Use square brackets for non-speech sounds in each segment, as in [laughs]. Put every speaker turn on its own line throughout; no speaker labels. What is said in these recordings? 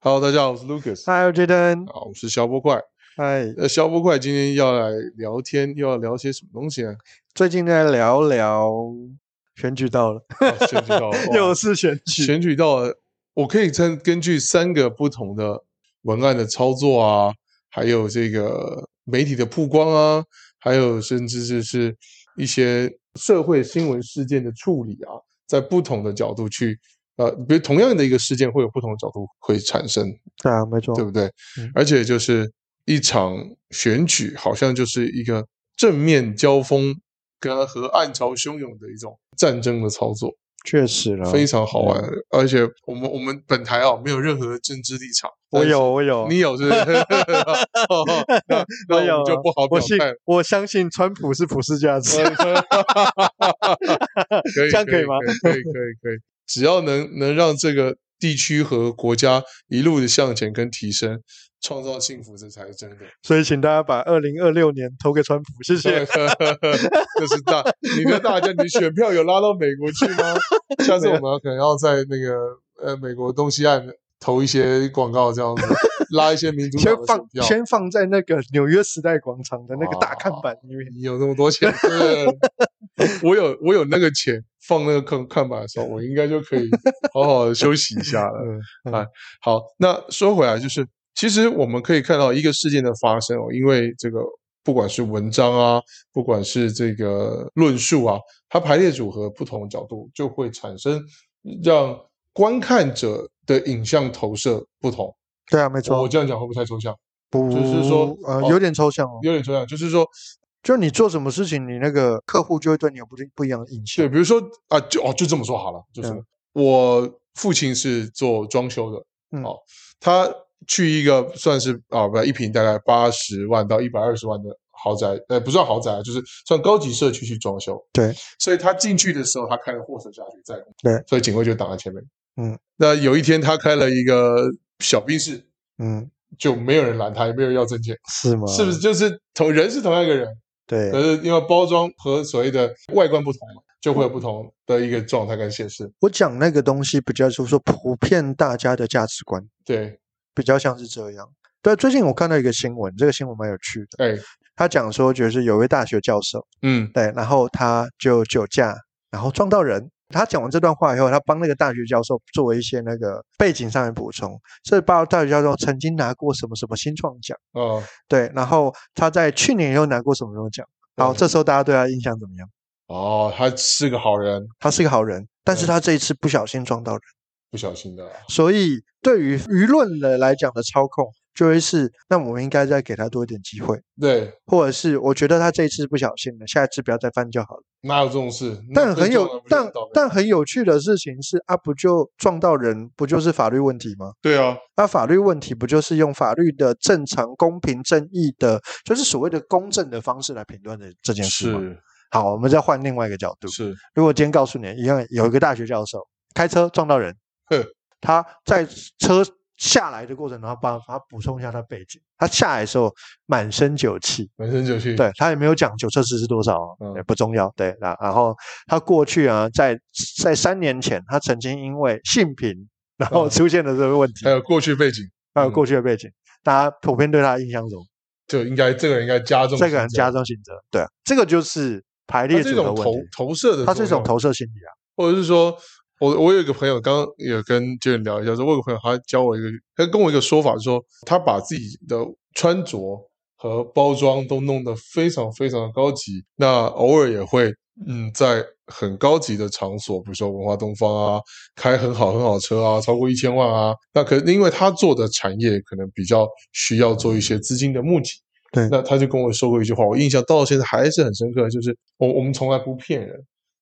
Hello，大家好，我是 Lucas。啊
嗨，我 Jaden，
好，我是消波快。
嗨，
呃，消波快今天要来聊天，又要聊些什么东西呢？
最近在聊聊选举到了， [laughs]
啊选举到了哇
又是选举，
选举到了，我可以根根据三个不同的文案的操作啊，还有这个媒体的曝光啊，还有甚至是是一些社会新闻事件的处理啊，在不同的角度去，呃，比如同样的一个事件会有不同的角度会产生，
对啊，没错，
对不对？
嗯
而且就是一场选举，好像就是一个正面交锋跟和暗潮汹涌的一种战争的操作，
确实了，
非常好玩
嗯。
而且我们我们本台啊没有任何政治立场，
我
但是
有，我有，
你有是不 [laughs]
[laughs]
是？哦那那
我
我
有
们就不好
我
表
信
态了。， [laughs]
我相信川普是普世价值，
可以，
这样可以吗
[laughs] 可以，可以，可以，只要能能让这个地区和国家一路的向前跟提升，创造幸福，这才是真的。
所以请大家把二零二六年投给川普，谢
[laughs] 对，
谢。
这是大你的大家，你的选票有拉到美国去吗？下次我们可能要在那个呃美国东西岸投一些广告，这样子拉一些民主
先
党的选
放
票。
先放在那个纽约时代广场的那个大看
哇
板里面，
你有那么多钱，对我有我有那个钱放那个看看板的时候，我应该就可以好好的休息一下了。哎
嗯，
好，那说回来，就是其实我们可以看到一个事件的发生哦，因为这个不管是文章啊，不管是这个论述啊，它排列组合不同角度，就会产生让观看者的影像投射不同。
对啊，没
我
错，
这样讲会不会太抽象？
不
就是说
呃
哦
有点抽象哦，
有点抽象，就是说，
就你做什么事情，你那个客户就会对你有不不一样的印象
对，。比如说啊，就哦，就这么说好了，就是、
嗯
我父亲是做装修的，
嗯
哦，他去一个算是啊，不一平大概八十万到一百二十万的豪宅，呃，不算豪宅，就是算高级社区去装修。
对，
所以他进去的时候，他开了货车下去载工，
对，
所以警卫就挡在前面。
嗯，
那有一天他开了一个小宾室，
嗯，
就没有人拦他，也没有人要证件，
是吗？
是不是？？就是同人是同样一个人，
对
可，是因为包装和所谓的外观不同嘛，就会有不同的一个状态跟现实。
我讲那个东西比较就是说普遍大家的价值观
对，
比较像是这样。对，最近我看到一个新闻，这个新闻蛮有趣的。
哎，
他讲说，就是有一位大学教授，
嗯，
对，然后他就酒驾，然后撞到人。他讲完这段话以后，他帮那个大学教授做了一些那个背景上的补充。这大大学教授曾经拿过什么什么新创奖，
哦，
对，然后他在去年又拿过什么什么奖。然后
对
这时候大家对他印象怎么样？
哦，他是个好人，
他是个好人，但
对
是他这一次不小心撞到人。
不小心的啊，
所以对于舆论的来讲的操控，就会是那我们应该再给他多一点机会，
对，
或者是我觉得他这一次不小心了，下一次不要再犯就好了。
哪有这种事？那
但
被
很
撞
有
了不就
但
很倒霉
但很有趣的事情是啊，不就撞到人，不就是法律问题吗？
对啊，
那、法律问题不就是用法律的正常、公平、正义的，就是所谓的公正的方式来评断的这件事吗？
是
好，我们再换另外一个角度。
是，
如果今天告诉你，一样有一个大学教授开车撞到人
哼，
他在车下来的过程中，他帮他补充一下他背景。他下来的时候满身酒气，
本身就去，
对他也没有讲酒测试是多少、哦，
嗯
也不重要。对，然然后他过去啊，在在三年前，他曾经因为性平，然后
嗯
出现了这个问题
还，有过去背景，
还有过去的背景，大家普遍对他的印象中，
就应该这个人应该加重
这个
刑
人
责
加重刑责。对啊，这个就是排列
他
组
这
的
种
问
投
题，
投射的，
他这种，投射心理啊，
或者是说。我我有一个朋友，刚刚也跟杰伦聊一下，说我有个朋友，他教我一个，他跟我一个说法说，他把自己的穿着和包装都弄得非常非常的高级，那偶尔也会嗯，在很高级的场所，比如说文化东方啊，开很好很好车啊，超过一千万啊，那可因为他做的产业可能比较需要做一些资金的募集。
对
那他就跟我说过一句话，我印象到现在还是很深刻，就是我我们从来不骗人，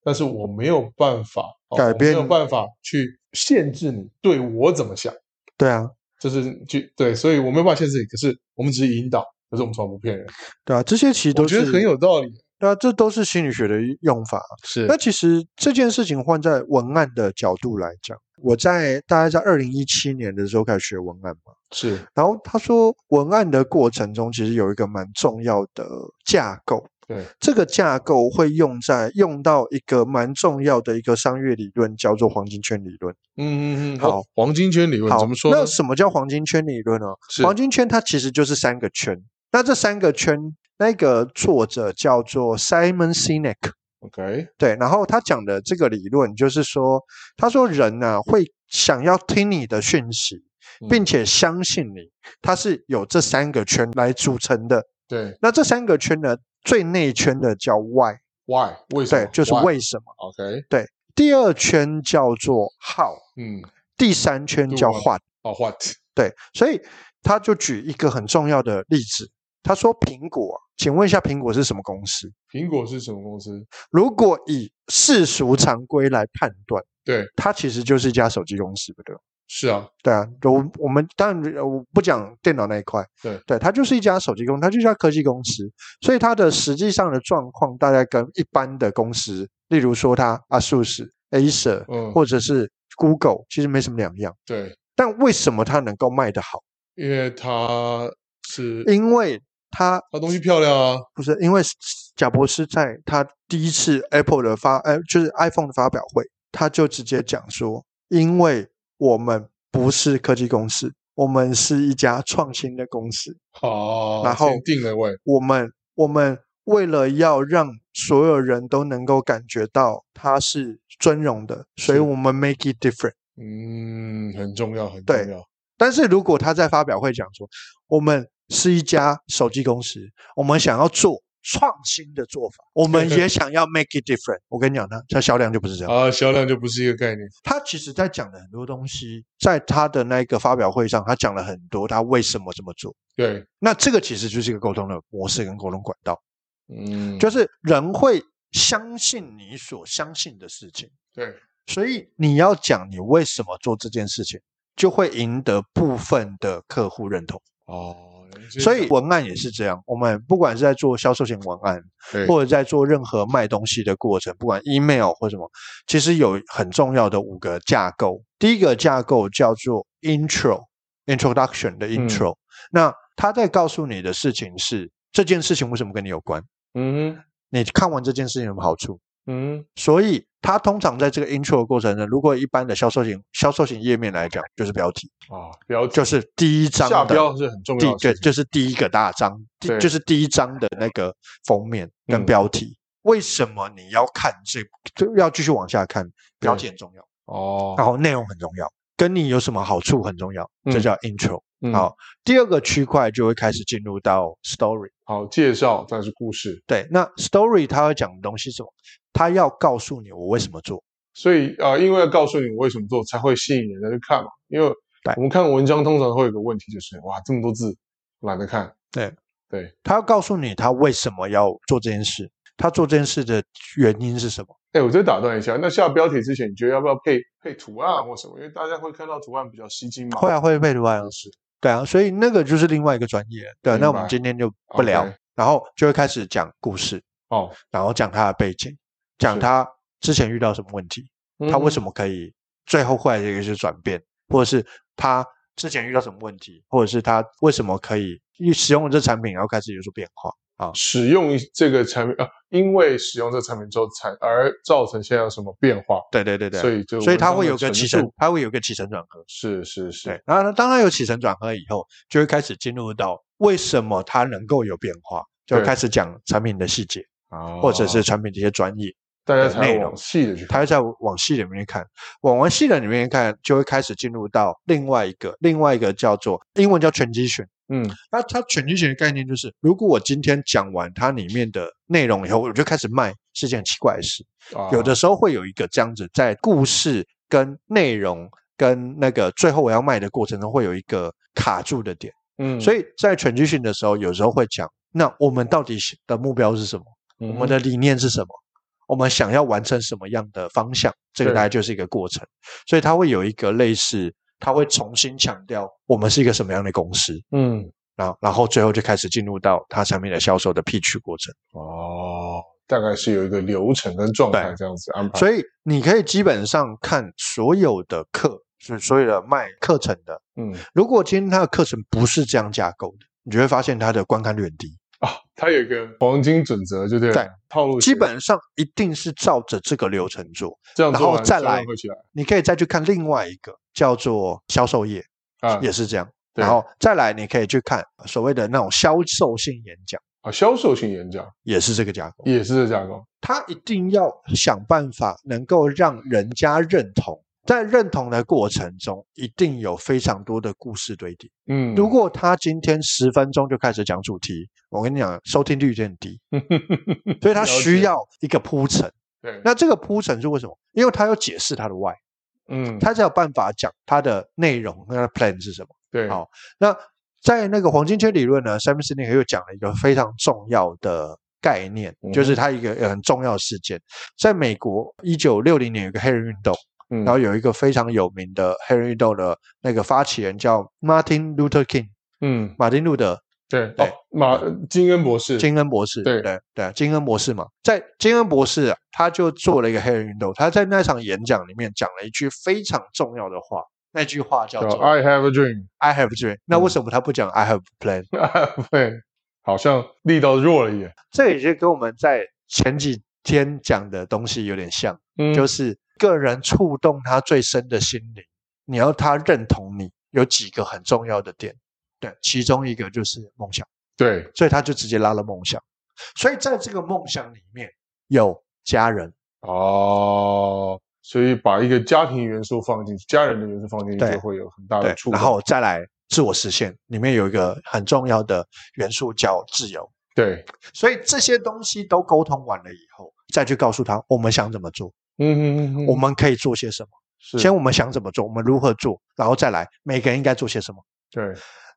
但是我没有办法哦
改
我
变
没有办法去限制你对我怎么想，
对啊。
就是就对，所以我没有办法限制你，可是我们只是引导，可是我们从来不骗人，
对啊，这些其实
我
都是
觉得很有道理。啊
对啊，这都是心理学的用法。
是
那其实这件事情换在文案的角度来讲，我在大概在二零一七年的时候开始学文案嘛，
是
然后他说文案的过程中其实有一个蛮重要的架构，
对，
这个架构会用在用到一个蛮重要的一个商业理论，叫做黄金圈理论。
嗯嗯嗯，
好
哦，黄金圈理论
好，
怎么说呢
那？什么叫黄金圈理论呢？
是
黄金圈它其实就是三个圈。那这三个圈，那个作者叫做 Simon Sinek，
OK，
对，然后他讲的这个理论就是说，他说人呢、会想要听你的讯息，
嗯
并且相信你，它是有这三个圈来组成的。
对
那这三个圈呢，最内圈的叫 why，
，Why 为什么？
对，就是
Why？
为什么。
OK，
第二圈叫做 how，
嗯，
第三圈叫
Do what
what。
哦，What， [laughs]
对，所以他就举一个很重要的例子，他说苹果，请问一下苹果是什么公司？
苹果是什么公司？
如果以世俗常规来判断，
对，
它其实就是一家手机公司，不对？
是啊，
对啊，我我们当然呃我不讲电脑那一块，
对
对，它就是一家手机公司，它就是一家科技公司，所以它的实际上的状况大概跟一般的公司，例如说它 ASUS、Acer
嗯，
或者是 Google，其实没什么两样。
对，
但为什么它能够卖得好？
因为它是
因为它
它东西漂亮啊，
不是因为贾博士在他第一次 Apple 的发，呃，就是 iPhone 的发表会，他就直接讲说，因为我们不是科技公司，我们是一家创新的公司，
好，
然后
先定了位，
我们我们为了要让所有人都能够感觉到它是尊荣的，所以
是
我们 make it different。
嗯，很重要，很重
对
要，
但是如果他在发表会讲说，我们是一家手机公司，我们想要做创新的做法，我们也想要 make it different。我跟你讲呢，他销量就不是这样。
啊，销量就不是一个概念，
他其实在讲的很多东西，在他的那个发表会上，他讲了很多他为什么这么做。
对，
那这个其实就是一个沟通的模式跟沟通管道，
嗯，
就是人会相信你所相信的事情，
对，
所以你要讲你为什么做这件事情，就会赢得部分的客户认同。
哦，了解
所以文案也是这样，我们不管是在做销售型文案，
对
或者在做任何卖东西的过程，不管 email 或什么，其实有很重要的五个架构。第一个架构叫做 intro introduction 的 intro，、那他在告诉你的事情是这件事情为什么跟你有关，
嗯哼
你看完这件事情有什么好处，
嗯
所以。它通常在这个 intro 的过程呢，如果一般的销售型销售型页面来讲，就是标题，
哼，啊，标题
就是第一章
下
的
标是很重要
第
的
对，
事情，
就是第一个大章，第
对
就是第一章的那个封面跟
嗯
标题。为什么你要看这？就要继续往下看，标题很重要，
哦，
然后内容很重要，跟你有什么好处很重要，这
嗯
叫 intro。
嗯
好，第二个区块就会开始进入到 story。
好，介绍，但是故事，
对，那 story 它要讲的东西是什么？它要告诉你我为什么做。
所以啊、呃因为要告诉你我为什么做，才会吸引人家去看嘛。因为
对
我们看文章通常会有个问题，就是哇，这么多字，懒得看。
它要告诉你他为什么要做这件事，他做这件事的原因是什么。
哎，我再打断一下，那下标题之前，你觉得要不要配配图案或什么？因为大家会看到图案比较吸睛嘛。
会啊，会被读完啊
就。是
对啊，所以那个就是另外一个专业。对，啊
明
那我们
白
今天就不聊
OK
然后就会开始讲故事，
哦，
然后讲他的背景，讲
是嗯
他之前遇到什么问题，他为什么可以最后会来的一个是转变，或者是他之前遇到什么问题，或者是他为什么可以一使用了这产品，然后开始有所变化。
嗯使用这个产品啊？因为使用这个产品之后，才而造成现在有什么变化？
对对对对，
所
以
以就
所以
文
他
章
会
的
有个
陈
起
述
承，他会有个起承转合。
是是是，
对，然后呢，当他有起承转合以后，就会开始进入到为什么它能够有变化，就会
对
开始讲产品的细节，
啊，
或者是产品的一些专业。
大家才
内
会
容
往细的去看。
他在往细里面看，往完细的里面看，就会开始进入到另外一个，另外一个叫做英文叫全集选。
嗯，
那它全集选的概念就是，如果我今天讲完它里面的内容以后，我就开始卖，是件很奇怪的事。
啊
有的时候会有一个这样子，在故事跟内容跟那个最后我要卖的过程中，会有一个卡住的点。
嗯，
所以在全集选的时候，有时候会讲，那我们到底的目标是什么？
我
我
嗯
们的理念是什么，我们想要完成什么样的方向，这个
对
大概就是一个过程。所以它会有一个类似，它会重新强调我们是一个什么样的公司，
嗯
然后然后最后就开始进入到它产品的销售的 pitch 过程。
哦，大概是有一个流程跟状态这样子安排。以
所以你可以基本上看所有的课，是所有的卖课程的。
嗯
如果今天它的课程不是这样架构的，你就会发现它的观看率很低。
啊，它有一个黄金准则，就对了
对
套路学，
基本上一定是照着这个流程做。
这样
然
做
后
完
再
销量
来
会起来
你可以再去看另外一个叫做销售业，
啊
也是这样。
对
然后再来，你可以去看所谓的那种销售性演讲，
啊，销售型演讲
也是这个架构。
也是这哦架构，
他一定要想办法能够让人家认同，在认同的过程中，一定有非常多的故事堆叠。
嗯，
如果他今天十分钟就开始讲主题，我跟你讲，收听率就很
[laughs]
低，所以他
了解
需要一个铺陈。
对，
那这个铺陈是为什么？因为他要解释他的 why，
嗯，
他才有办法讲他的内容，他的 plan 是什么。
对，
好那在那个黄金圈理论呢，Simon Sinek 又讲了一个非常重要的概念，
嗯
就是他一个呃很重要的事件，在美国一九六零年有一个黑人运动，
嗯，
然后有一个非常有名的黑人运动的那个发起人叫 Martin Luther King，
嗯，
马丁路德
对，
对
哦，马金恩博士，
金恩博士，
对
对对，啊金恩博士嘛，在金恩博士、啊、他就做了一个黑人运动，他在那场演讲里面讲了一句非常重要的话，那句话叫
叫
做
I have a dream， [laughs]
“I have a dream”。那为什么他不讲 “I have a plan”？
对，好像力道弱了一点，
这也就跟我们在前几天讲的东西有点像，
嗯，
就是是个人触动他最深的心灵，你要他认同你，有几个很重要的点，对，其中一个就是梦想，
对，
所以他就直接拉了梦想，所以在这个梦想里面有家人，
哦，所以把一个家庭元素放进去，家人的元素放进去，
对
就会有很大的
对
触，动，
然后再来自我实现，里面有一个很重要的元素叫自由，
对，
所以这些东西都沟通完了以后，再去告诉他我们想怎么做，
嗯嗯嗯，
我们可以做些什么。
是
先我们想怎么做，我们如何做，然后再来每个人应该做些什么。
对，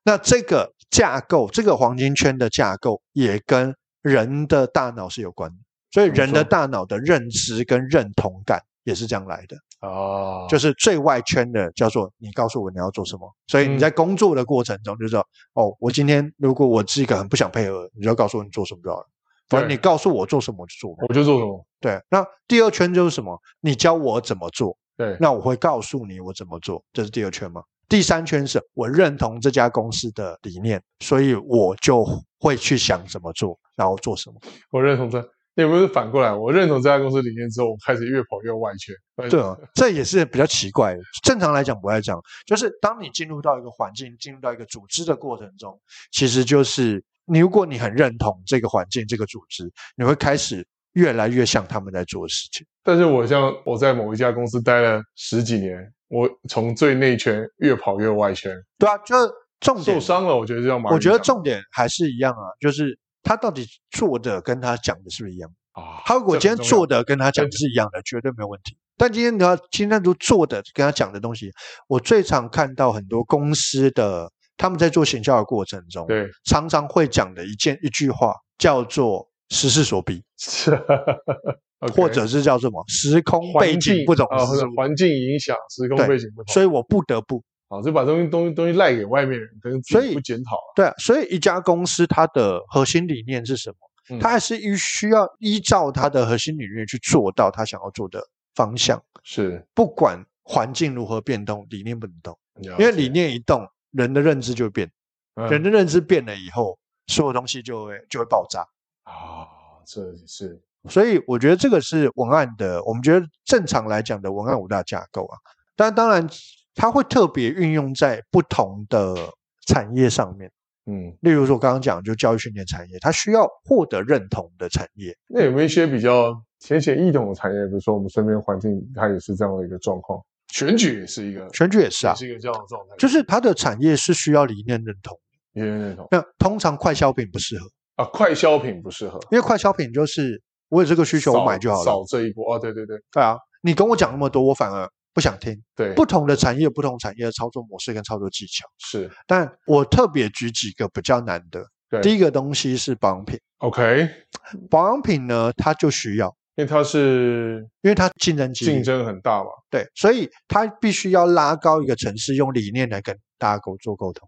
那这个架构，这个黄金圈的架构也跟人的大脑是有关的，所以
怎么
人的
说
大脑的认知跟认同感也是这样来的。
啊，
就是最外圈的叫做你告诉我你要做什么，所以
嗯
你在工作的过程中就知道，哦，我今天如果我是一个很不想配合，你就告诉我你做什么就好了。反正
对
你告诉我做什么我就做嘛。
我就做什么，
对，那第二圈就是什么？你教我怎么做，
对，
那我会告诉你我怎么做，这是第二圈嘛。第三圈是我认同这家公司的理念，所以我就会去想怎么做，然后做什么。
我认同这，也不是反过来，我认同这家公司理念之后，我开始越跑越外圈，呃 [laughs]
对啊，这也是比较奇怪的。正常来讲不会这样，就是当你进入到一个环境、进入到一个组织的过程中，其实就是你如果你很认同这个环境、这个组织，你会开始越来越像他们在做的事情。
但是我像我在某一家公司待了十几年，我从最内圈越跑越外圈，
对啊，就是重
受
点
伤了，我觉得就像马云
我觉得
讲
重点还是一样啊，就是他到底做的跟他讲的是不是一样？
啊，
他如果今天做
的
的跟他讲的是一样的，绝对没有问题。但今天你要今天都做的跟他讲的东西，我最常看到很多公司的他们在做行销的过程中，
对
常常会讲的一件一句话叫做“时事所逼
是，”
[laughs] 或者是叫什么“时空背景不同
啊，或
之
者环境影响、时空
对
背景不同，
所以我不得不
啊，就把东西东西东西赖给外面人，跟自
所
己
以
不检讨
对啊、所以一家公司它的核心理念是什么？
嗯
它还是依需要依照它的核心理念去做到它想要做的方向，
是，
不管环境如何变动，理念不能动。
因
因为理念一动，人的认知就会变，
嗯
人的认知变了以后，所有东西就会就会爆炸。
啊，这是
所以我觉得这个是文案的，我们觉得正常来讲的文案五大架构啊。但当然，它会特别运用在不同的产业上面，
嗯，
例如说我刚刚讲就教育训练产业，它需要获得认同的产业。
那有没有一些比较浅显易懂的产业？比如说我们身边环境，它也是这样的一个状况，选举也是一个，
选举也是
也
啊，
是一个这样的状态，
就是它的产业是需要理念认同。
也有那种
那通常快消品不适合，
啊，快消品不适合，
因为快消品就是我有这个需求，我
少
买就好了
少。这一波啊，对对对
对啊，你跟我讲那么多，我反而不想听。
对，
不同的产业有不同产业的操作模式跟操作技巧，
是
但我特别举几个比较难的。
对
第一个东西是保养品，
OK，
保养品呢，它就需要，
因为它是
因为它竞争激
竞
烈，
争很大嘛，
对，所以它必须要拉高一个城市，用理念来跟大家沟做沟通。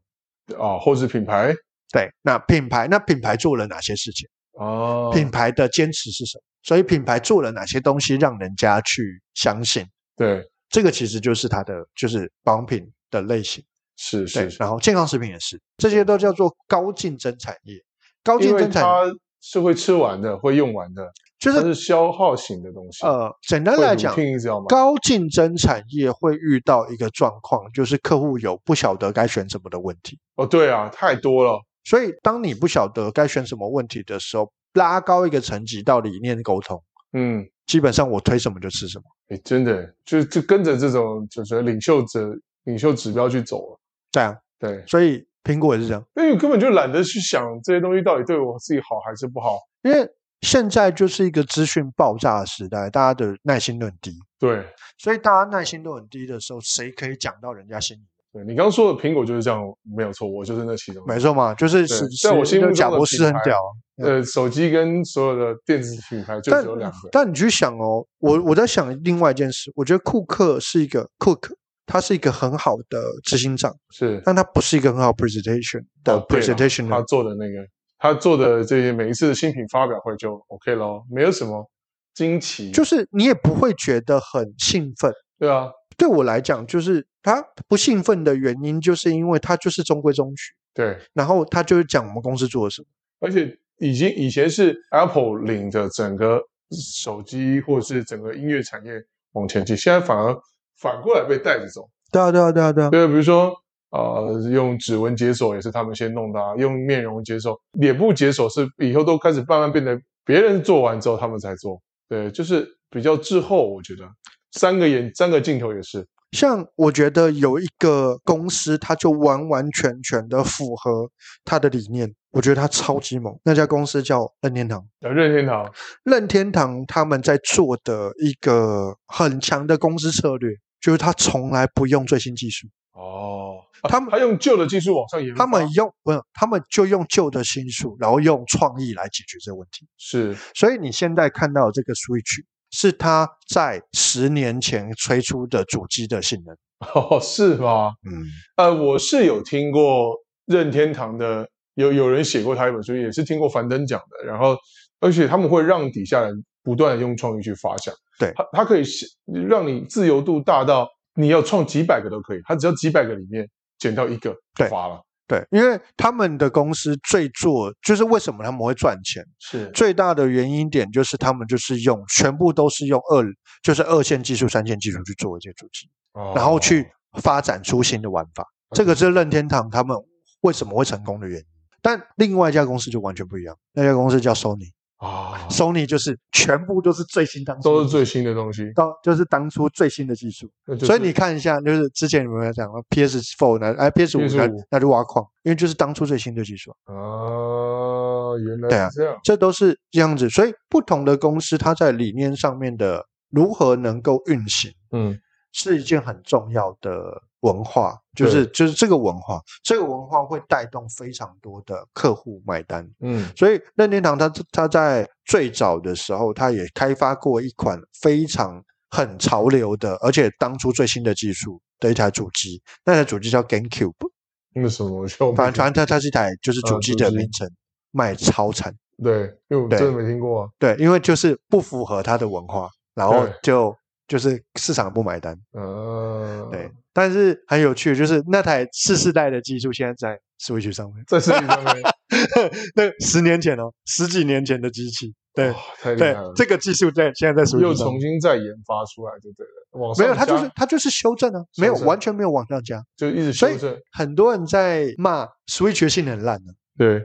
啊，或是品牌
对，那品牌，那品牌做了哪些事情？
啊，
品牌的坚持是什么？所以品牌做了哪些东西让人家去相信？
对，
这个其实就是它的，就是保养品的类型。
是
对
是，是
然后健康食品也是，这些都叫做高竞争产业。高
因
进
为
增产
它是会吃完的，会用完的，
就
它
是
是消耗型的东西。
呃，简单来讲，
听一直要买。
高竞争产业会遇到一个状况，就是客户有不晓得该选什么的问题。
哦，对啊，太多了。
所以，当你不晓得该选什么问题的时候，拉高一个层级到理念沟通，
嗯，
基本上我推什么就吃什么。
哎，真的，就就跟着这种就是领袖者领袖指标去走了。
这样，
对，
所以苹果也是这样，
因为根本就懒得去想这些东西到底对我自己好还是不好。
因为现在就是一个资讯爆炸的时代，大家的耐心都很低，
对，
所以大家耐心都很低的时候，谁可以讲到人家心里？
对你刚刚说的苹果就是这样，没有错，我就是那其中一个。
没错嘛，就是
对
是
在我心目中的
贾博士很
品牌
屌啊，
呃，手机跟所有的电子品牌就
但
只有两个。
但你去想哦，我我在想另外一件事，我觉得库克是一个 Cook，他是一个很好的执行长，
是
但他不是一个很好 presentation 的
哦对了
presentation
他
人。
做的那个，他做的这些每一次的新品发表会就 OK 咯，没有什么惊奇。
就是你也不会觉得很兴奋。
对啊，
对我来讲，就是他不兴奋的原因，就是因为他就是中规中矩，
对，
然后他就是讲我们公司做了什么。
而且已经以前是 Apple 领着整个手机或者是整个音乐产业往前进，现在反而反过来被带着走。
对啊，对啊，对啊，对啊，
对，比如说呃，用指纹解锁也是他们先弄的、啊，用面容解锁、脸部解锁是以后都开始慢慢变得别人做完之后他们才做。对，就是比较滞后，我觉得三个眼三个镜头也是，
像我觉得有一个公司，它就完完全全的符合它的理念，我觉得它超级猛。那家公司叫任天堂。
呃，任天堂
任天堂他们在做的一个很强的公司策略，就是他从来不用最新技术，
哦，
他们
他用旧的技术往上研发，
他们用不是，他们就用旧的新术，然后用创意来解决这个问题。
是
所以你现在看到的这个 Switch 是他在十年前推出的主机的性能。
哦是吗？
嗯，
呃，我是有听过任天堂的，有有人写过他一本书，也是听过樊登讲的。然后，而且他们会让底下人不断的用创意去发想，
对
他他可以是让你自由度大到你要创几百个都可以，他只要几百个里面捡到一个
对
发了，
对，因为他们的公司最做就是为什么他们会赚钱，
是
最大的原因点就是他们就是用全部都是用二就是二线技术、三线技术去做一些主机。然后去
哦
发展出新的玩法。这个是任天堂他们为什么会成功的原因。但另外一家公司就完全不一样，那家公司叫 Sony，Sony
啊，
就是全部都是最新当初
都是最新的东西，
到就是当初最新的技术。
那就是
所以你看一下，就是之前有没有讲 PS Four 呢？哎，PS 五呢
PS5？
那就挖矿，因为就是当初最新的技术啊，
啊，原
对啊
来是这样，
这都是这样子。所以不同的公司，它在理念上面的如何能够运行，
嗯，
是一件很重要的文化，就是就是这个文化，这个文化会带动非常多的客户买单。
嗯
所以任天堂它它在最早的时候，它也开发过一款非常很潮流的，而且当初最新的技术的一台主机，那台主机叫 GameCube，
那什么，我就
反正反正它它是一台就是
啊
主机
主
的
机
名称，卖超惨。
对，因为我
对
真的没听过啊，
对，因为就是不符合它的文化，然后
对
就就是市场不买单。
啊，
对，，但是很有趣，就是那台次世代的技术现在在 Switch 上面，
在视频上面，
那十年前哦，十几年前的机器， [laughs] 对、
哇太厉害
对
了，，
这个技术在现在在 Switch
又
上
重
面。
新再研发出来就对了。往上
没有，它就是
加
它就是修正啊，没有
修正
完全没有往上加。
就一直修
所以
正，
很多人在骂 Switch 的性能烂了、
对，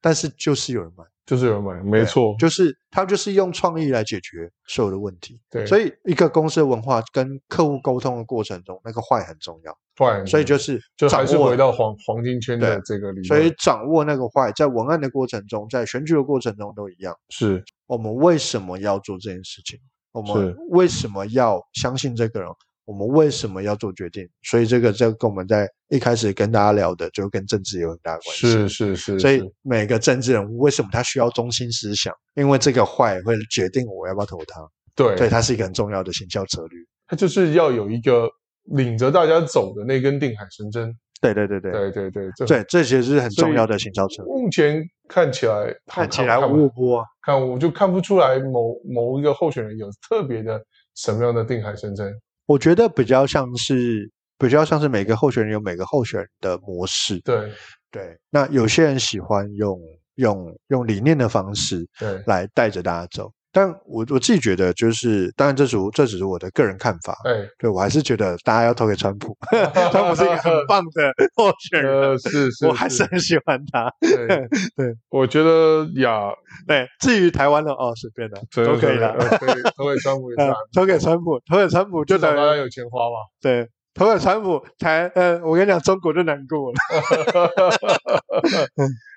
但是就是有人买，
就是有人买，没错，
就是它就是用创意来解决所有的问题。
对，
所
以
以一个公司的文化跟客户沟通的过程中，那个坏很重要。
换，
所以就是
嗯就
掌
还是
握
回到嗯黄黄金圈的
对
这个理论，
所以掌握那个坏，在文案的过程中，在选举的过程中都一样。
是
我们为什么要做这件事情？我们
是
为什么要相信这个人？我们为什么要做决定？所以这个这个跟我们在一开始跟大家聊的，就跟政治有很大的关系。
是是是，
所以
是
每个政治人物为什么他需要中心思想？因为这个坏会决定我要不要投他，所以
对，
它是一个很重要的行销策略。
他就是要有一个领着大家走的那根定海神针，
对对对对
对对对，这
对，这些是很
所以
重要的行销策略。
目前看起来
看起来
看
五五波啊，
看我就看不出来某某一个候选人有特别的什么样的定海神针，
我觉得比较像是比较像是每个候选人有每个候选人的模式。
对，
对，那有些人喜欢用用用理念的方式
对，
来带着大家走。但我我自己觉得，就是当然这是我这只是我的个人看法，
哎，
对我还是觉得大家要投给川普， [laughs] 川普是
[laughs]
一个很棒的候选人，啊
呃，是是，
我还是很喜欢他。
对
[laughs] 对，
我觉得呀，
对，至于台湾的哦，随便的
对
都可以
对
的。
呃对，投给川普也是
[laughs] 呃
还，
投给川普，投给川普就
至少大家
等于
有钱花吧。
对，投给川普才呃，我跟你讲，中国就难过了。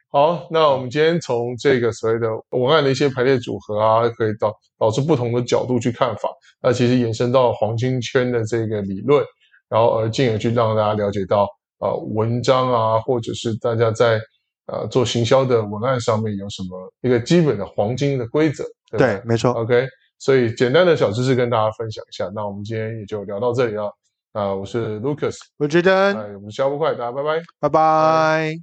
好，那我们今天从这个所谓的文案的一些排列组合啊，可以导导致不同的角度去看法。那其实延伸到黄金圈的这个理论，然后而进而去让大家了解到啊、呃文章啊，或者是大家在呃做行销的文案上面有什么一个基本的黄金的规则。对呃吧
对，没错，
OK，所以简单的小知识跟大家分享一下。那我们今天也就聊到这里了。啊、我是 Lucas，
我觉得
哎，我们下播快，大家拜拜。
拜拜。